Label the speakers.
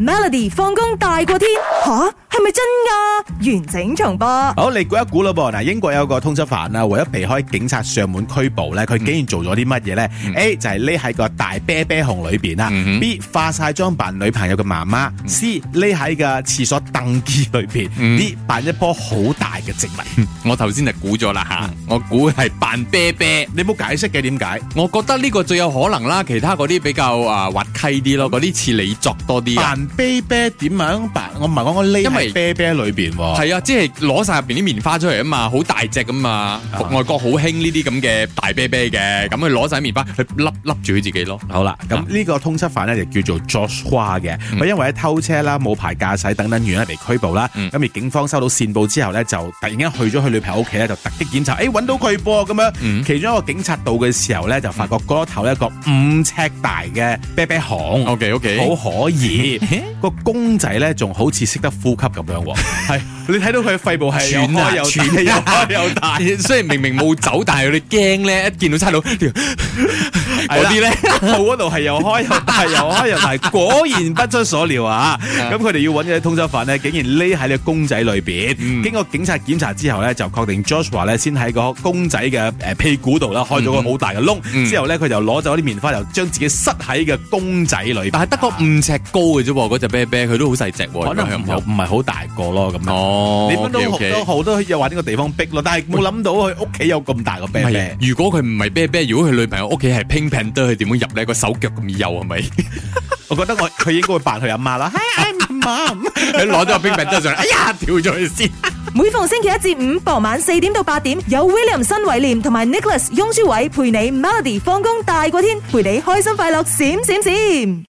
Speaker 1: Melody 放工大過天吓，係咪真㗎？完整重播。
Speaker 2: 好，你估一估咯噃。嗱，英國有個通緝犯啊，為咗避開警察上門拘捕咧，佢竟然做咗啲乜嘢咧？A 就係匿喺個大啤啤熊裏邊啦啊
Speaker 3: 嗯哼
Speaker 2: ；B 化晒妝扮女朋友嘅媽媽；C 匿喺個廁所凳機裏邊
Speaker 3: 嗯
Speaker 2: ；D 扮一棵好大嘅植物。
Speaker 3: 我頭先就估咗啦吓，
Speaker 2: 嗯
Speaker 3: 我估係扮啤啤。
Speaker 2: 你冇解釋嘅點解？
Speaker 3: 我覺得呢個最有可能啦，其他嗰啲比較啊滑稽啲咯，嗰啲似你作多啲啊。
Speaker 2: 扮啤啤點樣扮？我唔係講我匿
Speaker 3: 因
Speaker 2: 喺
Speaker 3: 為
Speaker 2: 啤啤裏邊喎。
Speaker 3: 係啊，即係攞晒入邊啲棉花出嚟啊嘛，好大隻噶嘛，
Speaker 2: 啊
Speaker 3: 外國好興呢啲咁嘅大啤啤嘅，咁佢攞晒棉花，佢笠笠住佢自己咯。
Speaker 2: 好啦，咁呢個通緝犯咧就叫做 Joshua 嘅，佢、因為喺偷車啦、冇牌駕駛等等原因被拘捕啦。咁、
Speaker 3: 嗯
Speaker 2: 而警方收到線報之後咧，就突然間去咗佢女朋友屋企咧，就突擊檢查，誒揾到佢噃咁樣。
Speaker 3: 嗯
Speaker 2: 其中一個警察到嘅時候咧，就發覺嗰頭一個五尺大嘅啤啤 熊。
Speaker 3: O K O K，
Speaker 2: 好可以，個公仔咧仲好似識得呼吸咁樣喎，係 你睇到佢嘅肺部係又
Speaker 3: 喘啊
Speaker 2: 開又
Speaker 3: 喘
Speaker 2: 大，又開又大，
Speaker 3: 雖然明明冇走，但係佢哋驚咧，一見到差佬嗰啲咧，
Speaker 2: 鋪 嗰度係又開又大，又開又大，果然不出所料啊！咁佢哋要揾嘅通緝犯呢，竟然匿喺你公仔裏邊。
Speaker 3: 嗯
Speaker 2: 經過警察檢查之後呢，就確定 Joshua 呢先喺個公仔嘅誒屁股度啦，開咗個好大嘅窿。
Speaker 3: 嗯
Speaker 2: 之後呢，佢就攞走啲棉花，就將自己塞喺嘅公仔裏邊。
Speaker 3: 但係得個五尺高嘅啫喎，嗰只啤啤佢都好細隻喎，
Speaker 2: 啊可能
Speaker 3: 如
Speaker 2: 唔
Speaker 3: 果佢
Speaker 2: 係唔係好大個咯，咁樣。
Speaker 3: 哦，
Speaker 2: 你分到
Speaker 3: OK，
Speaker 2: 好
Speaker 3: OK
Speaker 2: 多好多又話呢個地方逼咯，但係冇諗到佢屋企有咁大個啤
Speaker 3: 唔
Speaker 2: 啤。
Speaker 3: 係，如果佢唔係啤啤，如果佢女朋友屋企係 Pink Panther，佢點樣入呢？個手腳咁幼係咪？
Speaker 2: 我覺得我佢應該會扮佢阿媽啦。Hi, I'm mom。
Speaker 3: 佢攞咗個 Pink Panther 上嚟，哎呀，跳咗佢先。
Speaker 1: 每逢星期一至五傍晚四點到八點，有 William 新偉廉同埋 Nicholas 雍舒偉陪你 Melody 放工大過天，陪你開心快樂閃閃閃。